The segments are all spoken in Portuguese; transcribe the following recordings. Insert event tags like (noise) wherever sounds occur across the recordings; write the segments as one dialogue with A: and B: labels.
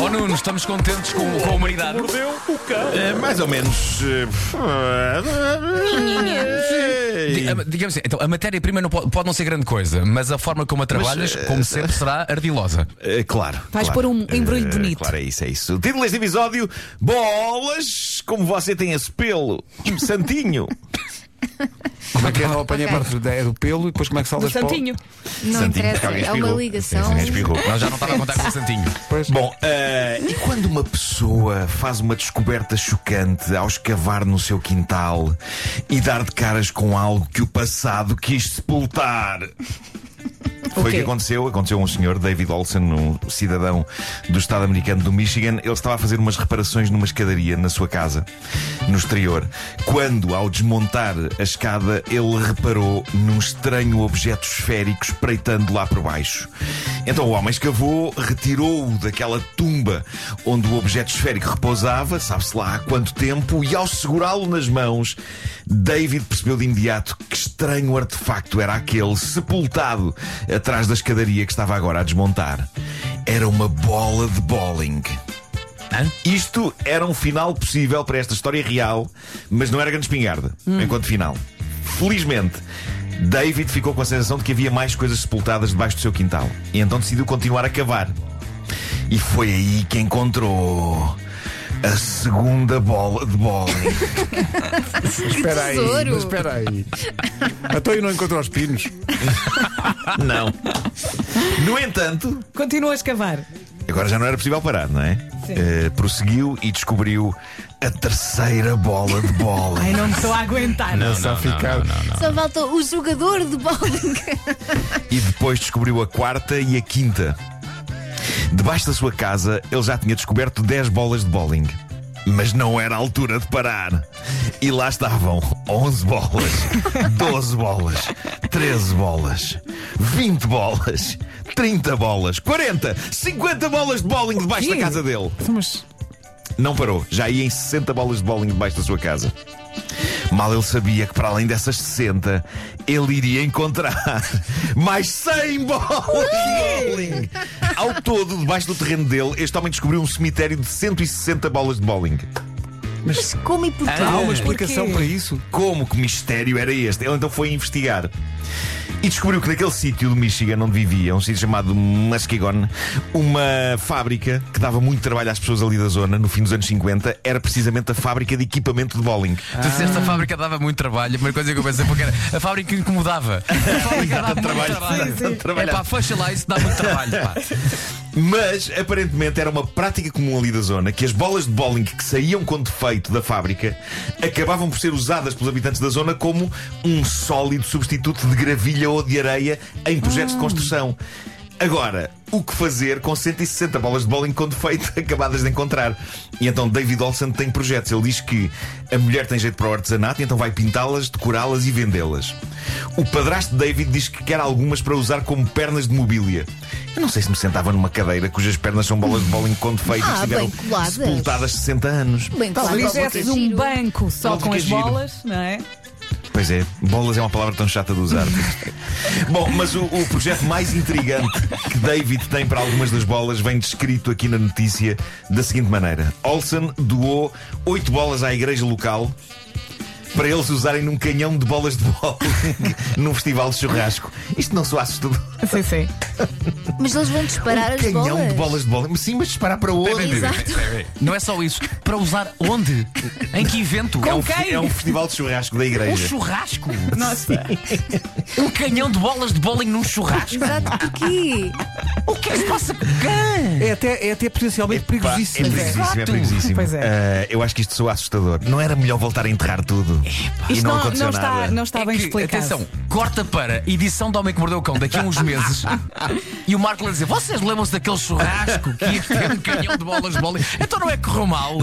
A: Oh, Nuno, estamos contentes com, com a humanidade.
B: Mordeu o cão.
C: Eh, mais ou menos. eh,
A: Di-
C: eh,
A: a- Digamos assim, então, a matéria-prima não pode, pode não ser grande coisa, mas a forma como a trabalhas,
D: eh,
A: como sempre, será ardilosa.
C: eh, claro.
E: Vais
C: claro.
E: pôr um embrulho
C: Eh,
E: bonito.
C: Claro, é isso, é isso. O título deste episódio: Bolas, como você tem esse pelo. Santinho.
D: Como é que é? Não apanha a parte da- é do pelo e depois como é que saldas para o-
F: Não
C: Santinho,
F: interessa,
C: alguém
F: é uma
C: espirrou.
F: ligação.
C: Alguém espirrou.
A: Ela já não estava a contar com o Santinho.
D: Pois.
C: Bom, eh, e quando uma pessoa faz uma descoberta chocante ao escavar no seu quintal e dar de caras com algo que o passado quis sepultar? Foi o que
E: quê?
C: aconteceu. Aconteceu a um senhor, David Olson, um cidadão do estado americano do Michigan. Ele estava a fazer umas reparações numa escadaria na sua casa, no exterior. Quando, ao desmontar a escada, ele reparou num estranho objeto esférico espreitando lá por baixo. Então o homem escavou, retirou-o daquela tumba onde o objeto esférico repousava, sabe-se lá há quanto tempo, e ao segurá-lo nas mãos, David percebeu de imediato que estranho artefacto era aquele sepultado atrás da escadaria que estava agora a desmontar. Era uma bola de bowling. Isto era um final possível para esta história real, mas não era grande espingarda, enquanto final. Felizmente, David ficou com a sensação de que havia mais coisas sepultadas debaixo do seu quintal. E então decidiu continuar a cavar. E foi aí que encontrou a segunda bola de bowling.
D: Espera aí,
F: tesouro.
D: mas espera aí. (laughs) Até eu não encontro os pinos.
C: (laughs) não. No entanto,
E: Continua a escavar.
C: Agora já não era possível parar, não é? Eh, prosseguiu e descobriu a terceira bola de bola.
E: Ai, não me estou a aguentar.
D: Não, não, ficar.
F: Só falta o jogador de bowling.
C: E depois descobriu a quarta e a quinta. Debaixo da sua casa, ele já tinha descoberto 10 bolas de bowling. Mas não era a altura de parar. E lá estavam 11 bolas, 12 bolas, 13 bolas, 20 bolas, 30 bolas, 40, 50 bolas de bowling debaixo da
E: quê?
C: casa dele.
E: Mas
C: Não parou, já ia em 60 bolas de bowling debaixo da sua casa. Mal ele sabia que, para além dessas 60, ele iria encontrar (laughs) mais 100 bolas de bowling. Ao todo, debaixo do terreno dele, este homem descobriu um cemitério de 160 bolas de bowling.
F: Mas como e
A: Ah,
F: porquê?
D: Há uma
E: Porquê?
D: explicação para isso?
C: Como que mistério era este? Ele então foi investigar. E descobriu que naquele sítio do Michigan onde vivia, um sítio chamado Muskegon, uma fábrica que dava muito trabalho às pessoas ali da zona, no fim dos anos 50, era precisamente a fábrica de equipamento de bowling.
A: Tu disseste a fábrica dava muito trabalho. A primeira coisa que eu pensei foi que era a fábrica que incomodava. A fábrica dava muito
C: trabalho,
A: trabalho.
C: dá tanto trabalho.
A: É pá, fecha lá, isso dá muito trabalho. Pá.
C: Mas aparentemente era uma prática comum ali da zona que as bolas de bowling que saíam com defeito da fábrica acabavam por ser usadas pelos habitantes da zona como um sólido substituto de gravilha ou de areia em projetos de construção. Agora, o que fazer com 160 bolas de bowling com defeito (laughs) acabadas de encontrar? E então David Olsen tem projetos. Ele diz que a mulher tem jeito para o artesanato, então vai pintá-las, decorá-las e vendê-las. O padrasto de David diz que quer algumas para usar como pernas de mobília. Eu não sei se me sentava numa cadeira cujas pernas são bolas de bowling com defeito
F: Ah,
C: e estiveram
F: bem coladas.
C: sepultadas 60 anos.
F: Bem, claro,
C: é
E: fizesses
F: vocês
E: um
F: giro.
E: banco só
C: Pode
E: com
C: que
E: as
C: giro.
E: bolas, não é?
C: Pois é, bolas é uma palavra tão chata de
F: (laughs)
C: usar. Bom, mas o, o projeto mais intrigante que David tem para algumas das bolas vem descrito aqui na notícia da seguinte maneira: Olsen doou oito bolas à igreja local. Para eles usarem num canhão de bolas de bowling (laughs) num festival de churrasco. Isto não soa assustador.
E: Sim, sim.
F: Mas eles vão disparar
C: um
F: as
C: canhão
F: bolas.
C: de bolas de bowling. Sim, mas disparar para onde?
A: Peraí, peraí,
F: Exato.
A: peraí. Não é só isso. Para usar onde? Em que evento?
C: É
A: É
C: um,
A: um,
C: fe- é um festival de churrasco da
A: um
C: igreja.
A: churrasco.
E: Nossa.
A: Um canhão de bolas de bowling num churrasco.
F: Exato,
C: (laughs)
F: porquê?
A: O que é que se passa com o cão?
D: É até, é até potencialmente
C: Pá,
D: perigosíssimo.
C: É perigosíssimo, é
A: Exato.
C: perigosíssimo.
E: Pois é.
C: Ah, eu acho que isto soa assustador. Não era melhor voltar a enterrar tudo? e
E: Isto
C: não,
E: não,
C: aconteceu
E: não
C: nada.
E: está, não está
D: Tá
A: É
E: bem
A: que,
E: explicado.
A: Atenção, corta para edição do Homem que Mordeu o Cão daqui a uns
D: (laughs)
A: meses e o Marco lhe dizer: Vocês lembram-se daquele churrasco que ia ter um canhão de bolas de bola? Então não é que correu mal.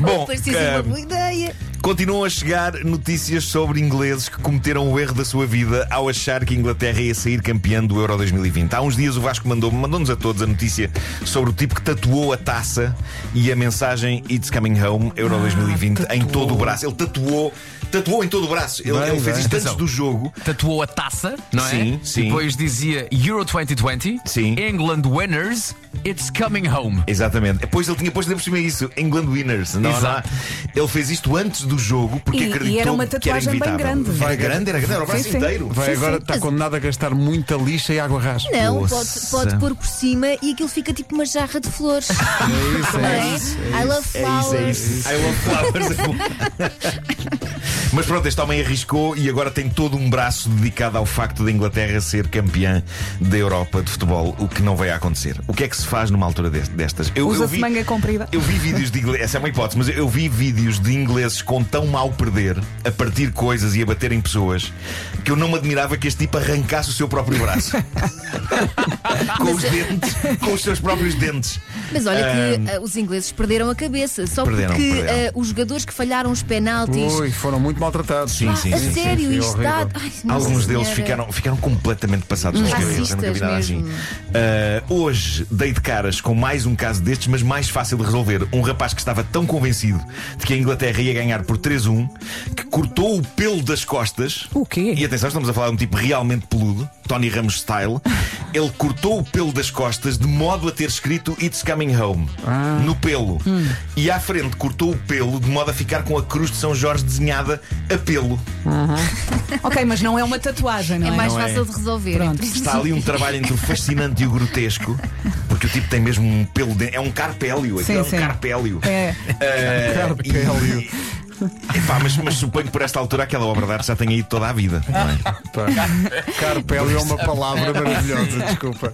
C: Bom,
F: Parecia
C: ah,
F: uma boa ideia.
C: continuam a chegar notícias sobre ingleses que cometeram o erro da sua vida ao achar que a Inglaterra ia sair campeã do Euro 2020. Há uns dias o Vasco mandou-me, mandou-nos a todos a notícia sobre o tipo que tatuou a taça e a mensagem It's Coming Home Euro 2020 em todo o braço. Ele tatuou tatuou em todo o braço. Ele,
D: Bem,
C: ele fez
D: bem.
C: isto antes
A: Atenção.
C: do jogo.
A: Tatuou a taça, não é?
C: Sim, sim.
A: Depois dizia Euro 2020,
C: Sim.
A: England winners, it's coming home.
C: Exatamente. Depois ele tinha posto ainda por cima isso, England Winners. Não, não.
A: Exato.
C: Ele fez isto antes do jogo porque
E: E- e
C: acreditou
E: era uma
C: que era
E: tatuagem bem
C: inevitável.
E: grande.
C: Era grande, era grande, era o braço
E: Sim, sim.
C: inteiro.
D: Vai
F: Sim,
D: agora,
F: sim,
D: está
F: mas-
D: condenado a gastar muita lixa e água raspa.
F: Não, pode,
C: Poça.
F: pode pôr por cima e aquilo fica tipo uma jarra
C: (laughs)
F: de flores.
D: É isso,
F: Não
D: é
F: é?
D: isso.
F: I love
C: É isso,
F: flowers.
C: é isso. I love flowers. é bom. (laughs) Mas pronto, este homem arriscou e agora tem todo um braço dedicado ao facto da Inglaterra ser campeã da Europa de futebol, o que não vai acontecer. O que é que se faz numa altura dest- destas? Eu, eu
E: Usa-se
C: vi,
E: manga comprida.
C: eu vi vídeos de ingleses, essa é uma hipótese, mas eu vi vídeos de ingleses com tão mal perder, a partir coisas e a baterem pessoas, que eu não me admirava que este tipo arrancasse o seu próprio braço. com os dentes, com os seus próprios dentes.
F: Mas olha que ah, os ingleses perderam a cabeça. Só
C: Perderam,
F: porque
C: perderam.
F: ah, os jogadores que falharam os penaltis. Ah,
D: Ui, foram muito maltratados.
C: Sim, sim,
F: a
C: sim, sim,
F: sério,
D: sim,
F: isto
D: horrível.
F: dá. Ai, nossa
C: Alguns deles
F: senhora.
C: ficaram, ficaram completamente passados pelos cabelos. Eu nunca vi nada assim.
F: Racistas mesmo.
C: Ah, hoje dei de caras com mais um caso destes, mas mais fácil de resolver. Um rapaz que estava tão convencido de que a Inglaterra ia ganhar por 3-1 que cortou o pelo das costas.
E: O quê?
C: E atenção, estamos a falar de um tipo realmente peludo, Tony Ramos style. Ele cortou o pelo das costas de modo a ter escrito It's Coming Home
E: Ah.
C: no pelo.
E: Hum.
C: E à frente cortou o pelo de modo a ficar com a cruz de São Jorge desenhada a pelo.
E: Ok, mas não é uma tatuagem, não
F: É
E: é?
F: mais
C: Não é?
F: fácil de resolver. então.
E: Pronto.
C: Está ali um trabalho entre o fascinante e o grotesco, porque o tipo tem mesmo um pelo dentro. É um carpélio, aquilo
E: Sim,
C: é um
E: sim.
C: carpélio.
E: É.
C: Eh,
D: Carpélio.
C: e- Epá, mas, mas suponho que por esta altura aquela obra de arte já tenha ido toda a vida. não é?
D: Pá, Carpélio é uma palavra maravilhosa, desculpa.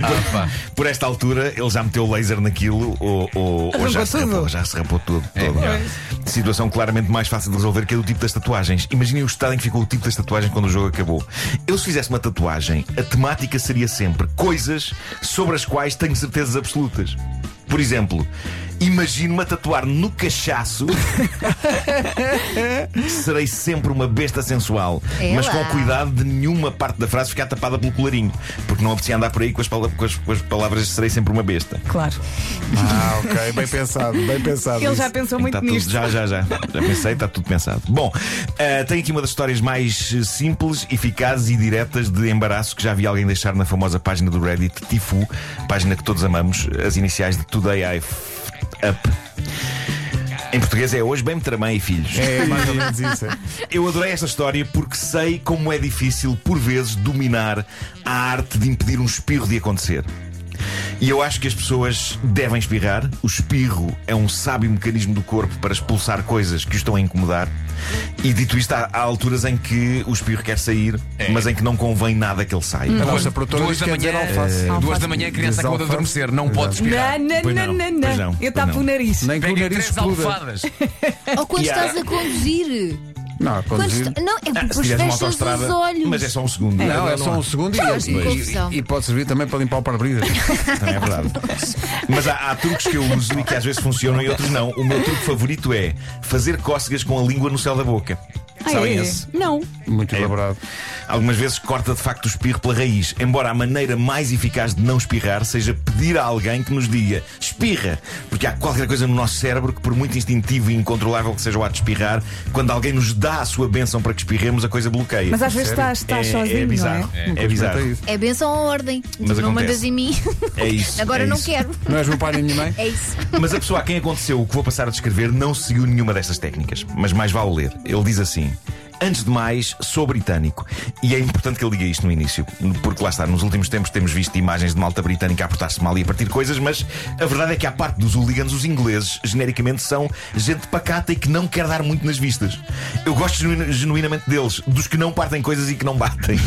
D: Ah,
C: Por esta altura ele já meteu laser naquilo ou, ou- ou já,
E: Arrancou
C: se rapou,
E: tudo.
C: já se rapou tudo. todo. Situação claramente mais fácil de resolver que a do tipo das tatuagens. Imaginem o estado em que ficou o tipo das tatuagens quando o jogo acabou. Eu, se fizesse uma tatuagem, a temática seria sempre coisas sobre as quais tenho certezas absolutas. Por exemplo, imagino-me a tatuar no cachaço. Serei sempre uma besta sensual,
F: É
C: mas com
F: lá.
C: cuidado de nenhuma parte da frase ficar tapada pelo colarinho, porque não apetecia andar por aí com as, pala- com as- com as palavras serei sempre uma besta. (laughs)
E: Claro.
D: Ah, ok, bem pensado, bem pensado.
E: Ele já
D: isso.
E: pensou
C: Tem que
E: muito
C: estar tudo-
E: nisto.
C: já, já, já. Já pensei, está tudo pensado. Bom, eh, tem aqui uma das histórias mais eh, simples, eficazes e diretas de embaraço que já vi alguém deixar na famosa página do Reddit, Tifu, página que todos amamos, as iniciais de Today I F Up. Em português é hoje bem-me tramei, filhos.
D: É mais ou menos isso. é.
C: Eu adorei esta história porque sei como é difícil, por vezes, dominar a arte de impedir um espirro de acontecer. E eu acho que as pessoas devem espirrar. O espirro é um sábio mecanismo do corpo para expulsar coisas que o estão a incomodar. E dito isto, há, há alturas em que o espirro quer sair,
D: É.
C: mas em que não convém nada que ele saia.
F: Hum.
D: A nossa produtora
A: Duas
D: diz que
A: da
D: quer dizer
A: manhã,
D: alface.
A: eh, duas
E: Alface.
A: da manhã a criança
D: Diz
A: acabou de
D: alface.
A: adormecer, não pode
E: Não,
A: respirar.
E: não,
C: Pois
E: não,
C: não, pois
E: não,
C: não,
E: não. Eu
C: pois
E: tapo
C: não.
E: o nariz.
D: Nem que o
A: Peguem
D: nariz
A: três
D: exploda.
A: almofadas.
F: Ou quando
C: E há-
F: estás a conduzir.
D: Não,
F: Quando
D: conduzir.
F: est- Não, é
C: Ah,
F: porque
C: se
F: depois
C: tiveres uma
F: fechas os
C: autoestrada,
F: olhos.
C: mas é só um segundo.
D: Não, é só um segundo e,
F: Faz-me
D: e-
F: confusão.
D: e pode servir também para limpar o para-brisas.
C: Também é verdade. Mas há, há truques que eu uso e que às vezes funcionam e outros não. O meu truque favorito é fazer cócegas com a língua no céu da boca.
E: Ah,
C: Sabem
E: é?
C: esse?
E: Não.
D: Muito
C: É.
D: elaborado.
C: Algumas vezes corta de facto o espirro pela raiz, embora a maneira mais eficaz de não espirrar seja pedir a alguém que nos diga espirra, porque há qualquer coisa no nosso cérebro que, por muito instintivo e incontrolável que seja o ato de espirrar, quando alguém nos dá a sua bênção para que espirremos, a coisa bloqueia.
E: Mas às vezes estás,
C: é,
E: estás
C: é
E: sozinho, não
C: bizarro.
E: é?
C: É, é bizarro.
D: Experimenta isso.
F: É benção à ordem.
C: Mas
F: não
C: acontece.
F: mandas em
C: (laughs)
F: mim.
C: É isso.
F: Agora
C: é
F: não
C: isso.
F: quero.
D: Não és meu pai nem minha mãe?
F: É isso.
C: Mas a pessoa a quem aconteceu o que vou passar a descrever não seguiu nenhuma destas técnicas. Mas mais vale ler. Ele diz assim. Antes de mais, sou britânico. E é importante que ele diga isto no início, porque lá está, nos últimos tempos temos visto imagens de malta britânica a portar-se mal e a partir coisas, mas a verdade é que, à parte dos hooligans, os ingleses, genericamente, são gente pacata e que não quer dar muito nas vistas. Eu gosto genuína- genuinamente deles, dos que não partem coisas e que não batem.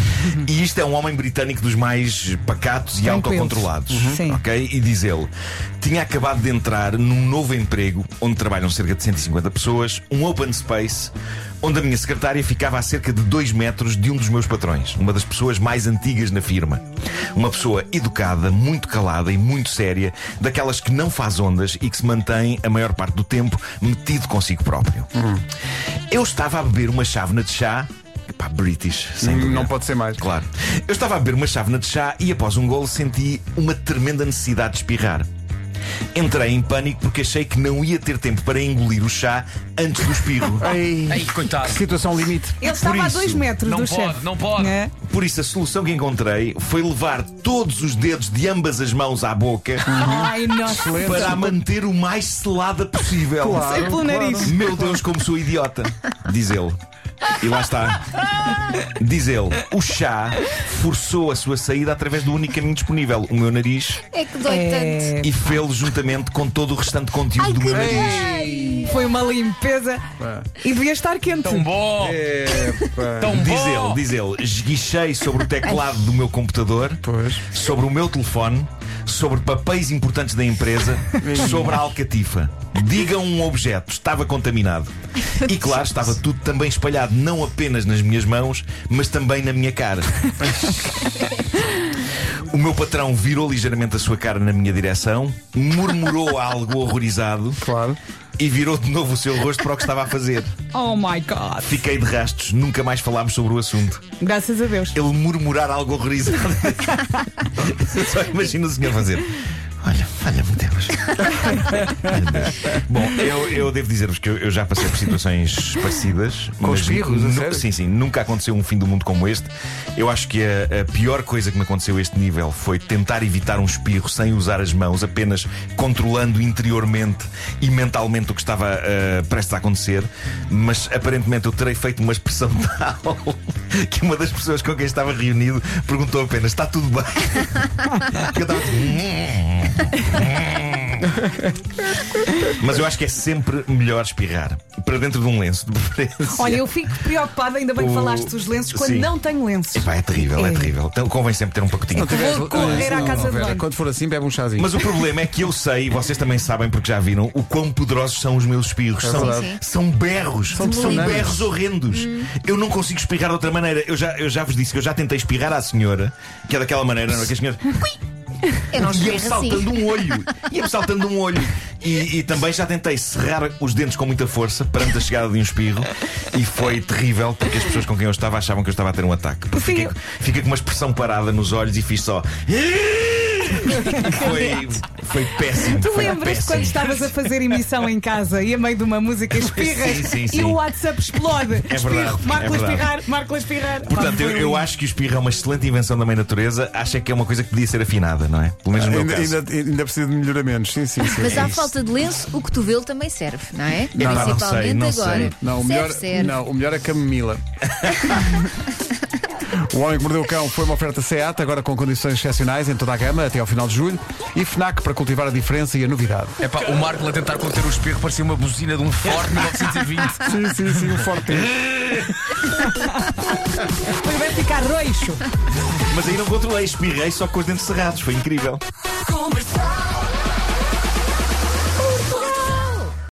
C: E isto é um homem britânico dos mais pacatos e
E: Tranquilos.
C: autocontrolados.
E: Sim.
C: ok? ok? E diz ele: tinha acabado de entrar num novo emprego onde trabalham cerca de 150 pessoas, um open space, onde a minha secretária ficava a cerca de 2 metros de um dos meus patrões, uma das pessoas mais antigas na firma. Uma pessoa educada, muito calada e muito séria, daquelas que não faz ondas e que se mantém, a maior parte do tempo, metido consigo próprio. Eu estava a beber uma chávena de chá. Pá, British, sem
D: Hum,
C: dúvida.
D: Não pode ser mais.
C: Claro. Eu estava a beber uma chávena de chá e após um golo senti uma tremenda necessidade de espirrar. Entrei em pânico porque achei que não ia ter tempo para engolir o chá antes do
D: (laughs)
C: espirro.
D: Ei,
A: Ei, coitado.
D: que situação limite.
E: Ele estava a
C: isso,
E: dois metros
A: não
E: do
A: pode,
E: chefe.
A: não pode.
E: É?
C: Por isso, a solução que encontrei foi levar todos os dedos de ambas as mãos à boca
E: Ai, nossa.
C: para a manter o mais selada possível.
E: Sei pelo nariz.
C: Meu Deus, como sou idiota, diz ele. E lá está. Diz ele, o chá forçou a sua saída através do único caminho disponível, o meu nariz,
F: É que dói tanto.
E: É,
C: e fê-lo juntamente com todo o restante conteúdo
F: Ai,
C: do
F: que
C: meu nariz.
F: dói.
E: foi uma limpeza.
C: É.
E: E devia estar quente.
C: Então,
A: Tão Um bom.
D: É. Epá.
A: Tão
C: Diz
A: bom.
C: ele, diz ele, esguichei sobre o teclado do meu computador,
D: Pois.
C: sobre o meu telefone, sobre papéis importantes da empresa, sobre a alcatifa. Diga um objeto, estava contaminado. E claro, estava tudo também espalhado, não apenas nas minhas mãos, mas também na minha cara. O meu patrão virou ligeiramente a sua cara na minha direção, murmurou algo horrorizado
D: Claro.
C: e virou de novo o seu rosto para o que estava a fazer.
E: Oh my god.
C: Fiquei de rastos, nunca mais falámos sobre o assunto
E: Graças a Deus.
C: ele murmurar algo horrorizado. (laughs) Só imagino o senhor fazer. Olha, olha-me Deus. Olha-me Deus. (laughs) Bom, eu, eu devo dizer-vos que eu, eu já passei por situações parecidas.
D: Com
C: mas
D: espirros, a
C: nu-
D: sério?
C: Sim, sim. Nunca aconteceu um fim do mundo como este. Eu acho que a, a pior coisa que me aconteceu a este nível foi tentar evitar um espirro sem usar as mãos, apenas controlando interiormente e mentalmente o que estava ah, prestes a acontecer. Mas aparentemente eu terei feito uma expressão (laughs) tal que uma das pessoas com quem estava reunido perguntou apenas: Está tudo bem? (laughs) Porque eu estava tipo, Mas eu acho que é sempre melhor espirrar para dentro de um lenço, de (laughs) preferência.
E: Olha, eu fico preocupada, ainda bem que
C: O-
E: falaste dos lenços, quando
C: Sim.
E: não tenho lenços.
C: Epá, é terrível, é,
E: É.
C: terrível. Então convém sempre ter um pacotinho.
E: Vou correr à
D: Não,
E: casa de
D: Vera,
E: banho.
D: Quando for assim, bebe um chazinho.
C: Mas o problema é que eu sei, e vocês também sabem porque já viram, o quão poderosos são os meus espirros. são,
F: verdade. Sim, sim.
C: são berros, É são,
D: dissonantes.
C: berros Hum. horrendos. Eu não consigo espirrar de outra maneira. Eu já, eu já vos disse que eu já tentei espirrar à senhora, que é daquela maneira, não é? Que a senhora.
F: Eu
C: Ia-me
F: não espirro assim.
C: saltando um olho. Ia-me saltando um olho. E, e também já tentei serrar os dentes com muita força perante a chegada de um espirro e foi terrível porque as pessoas com quem eu estava achavam que eu estava a ter um ataque. Porque
E: Sim.
C: Fiquei, fiquei com uma expressão parada nos olhos e fiz só. Foi, foi péssimo.
E: Tu
C: foi
E: lembras
C: péssimo.
E: quando estavas a fazer emissão em casa e a meio de uma música espirras
C: (laughs) Sim, sim,
E: e
C: sim.
E: o WhatsApp explode?
C: verdade,
E: Espirro, Marco
C: é
E: a
C: verdade.
E: espirrar, Marco a espirrar.
C: Portanto, eu, eu acho que o espirro é uma excelente invenção da mãe natureza. Acho é que é uma coisa que podia ser afinada, não é? Pelo menos no meu
D: Ainda,
C: caso.
D: ainda, ainda precisa de melhoramentos. Sim, sim, sim.
F: Mas à falta de lenço, o cotovelo também serve, não é?
C: É Não, não
F: Principalmente
C: sei, não
F: agora.
C: sei.
D: Não, o
F: serve,
D: melhor,
F: serve.
D: não, o melhor é (laughs) Camomila. O Homem que Mordeu o Cão foi uma oferta SEAT, agora com condições excepcionais em toda a gama até ao final de julho. E FNAC para cultivar a diferença e a novidade.
A: É pá, o Marco a tentar conter o espirro parecia uma buzina de um
E: (laughs)
A: Ford 1920.
D: Sim, sim, sim, um forte.
E: Depois vai ficar roxo.
C: Mas aí não controlei, espirrei só com os dentes cerrados. Foi incrível.
B: Comercial.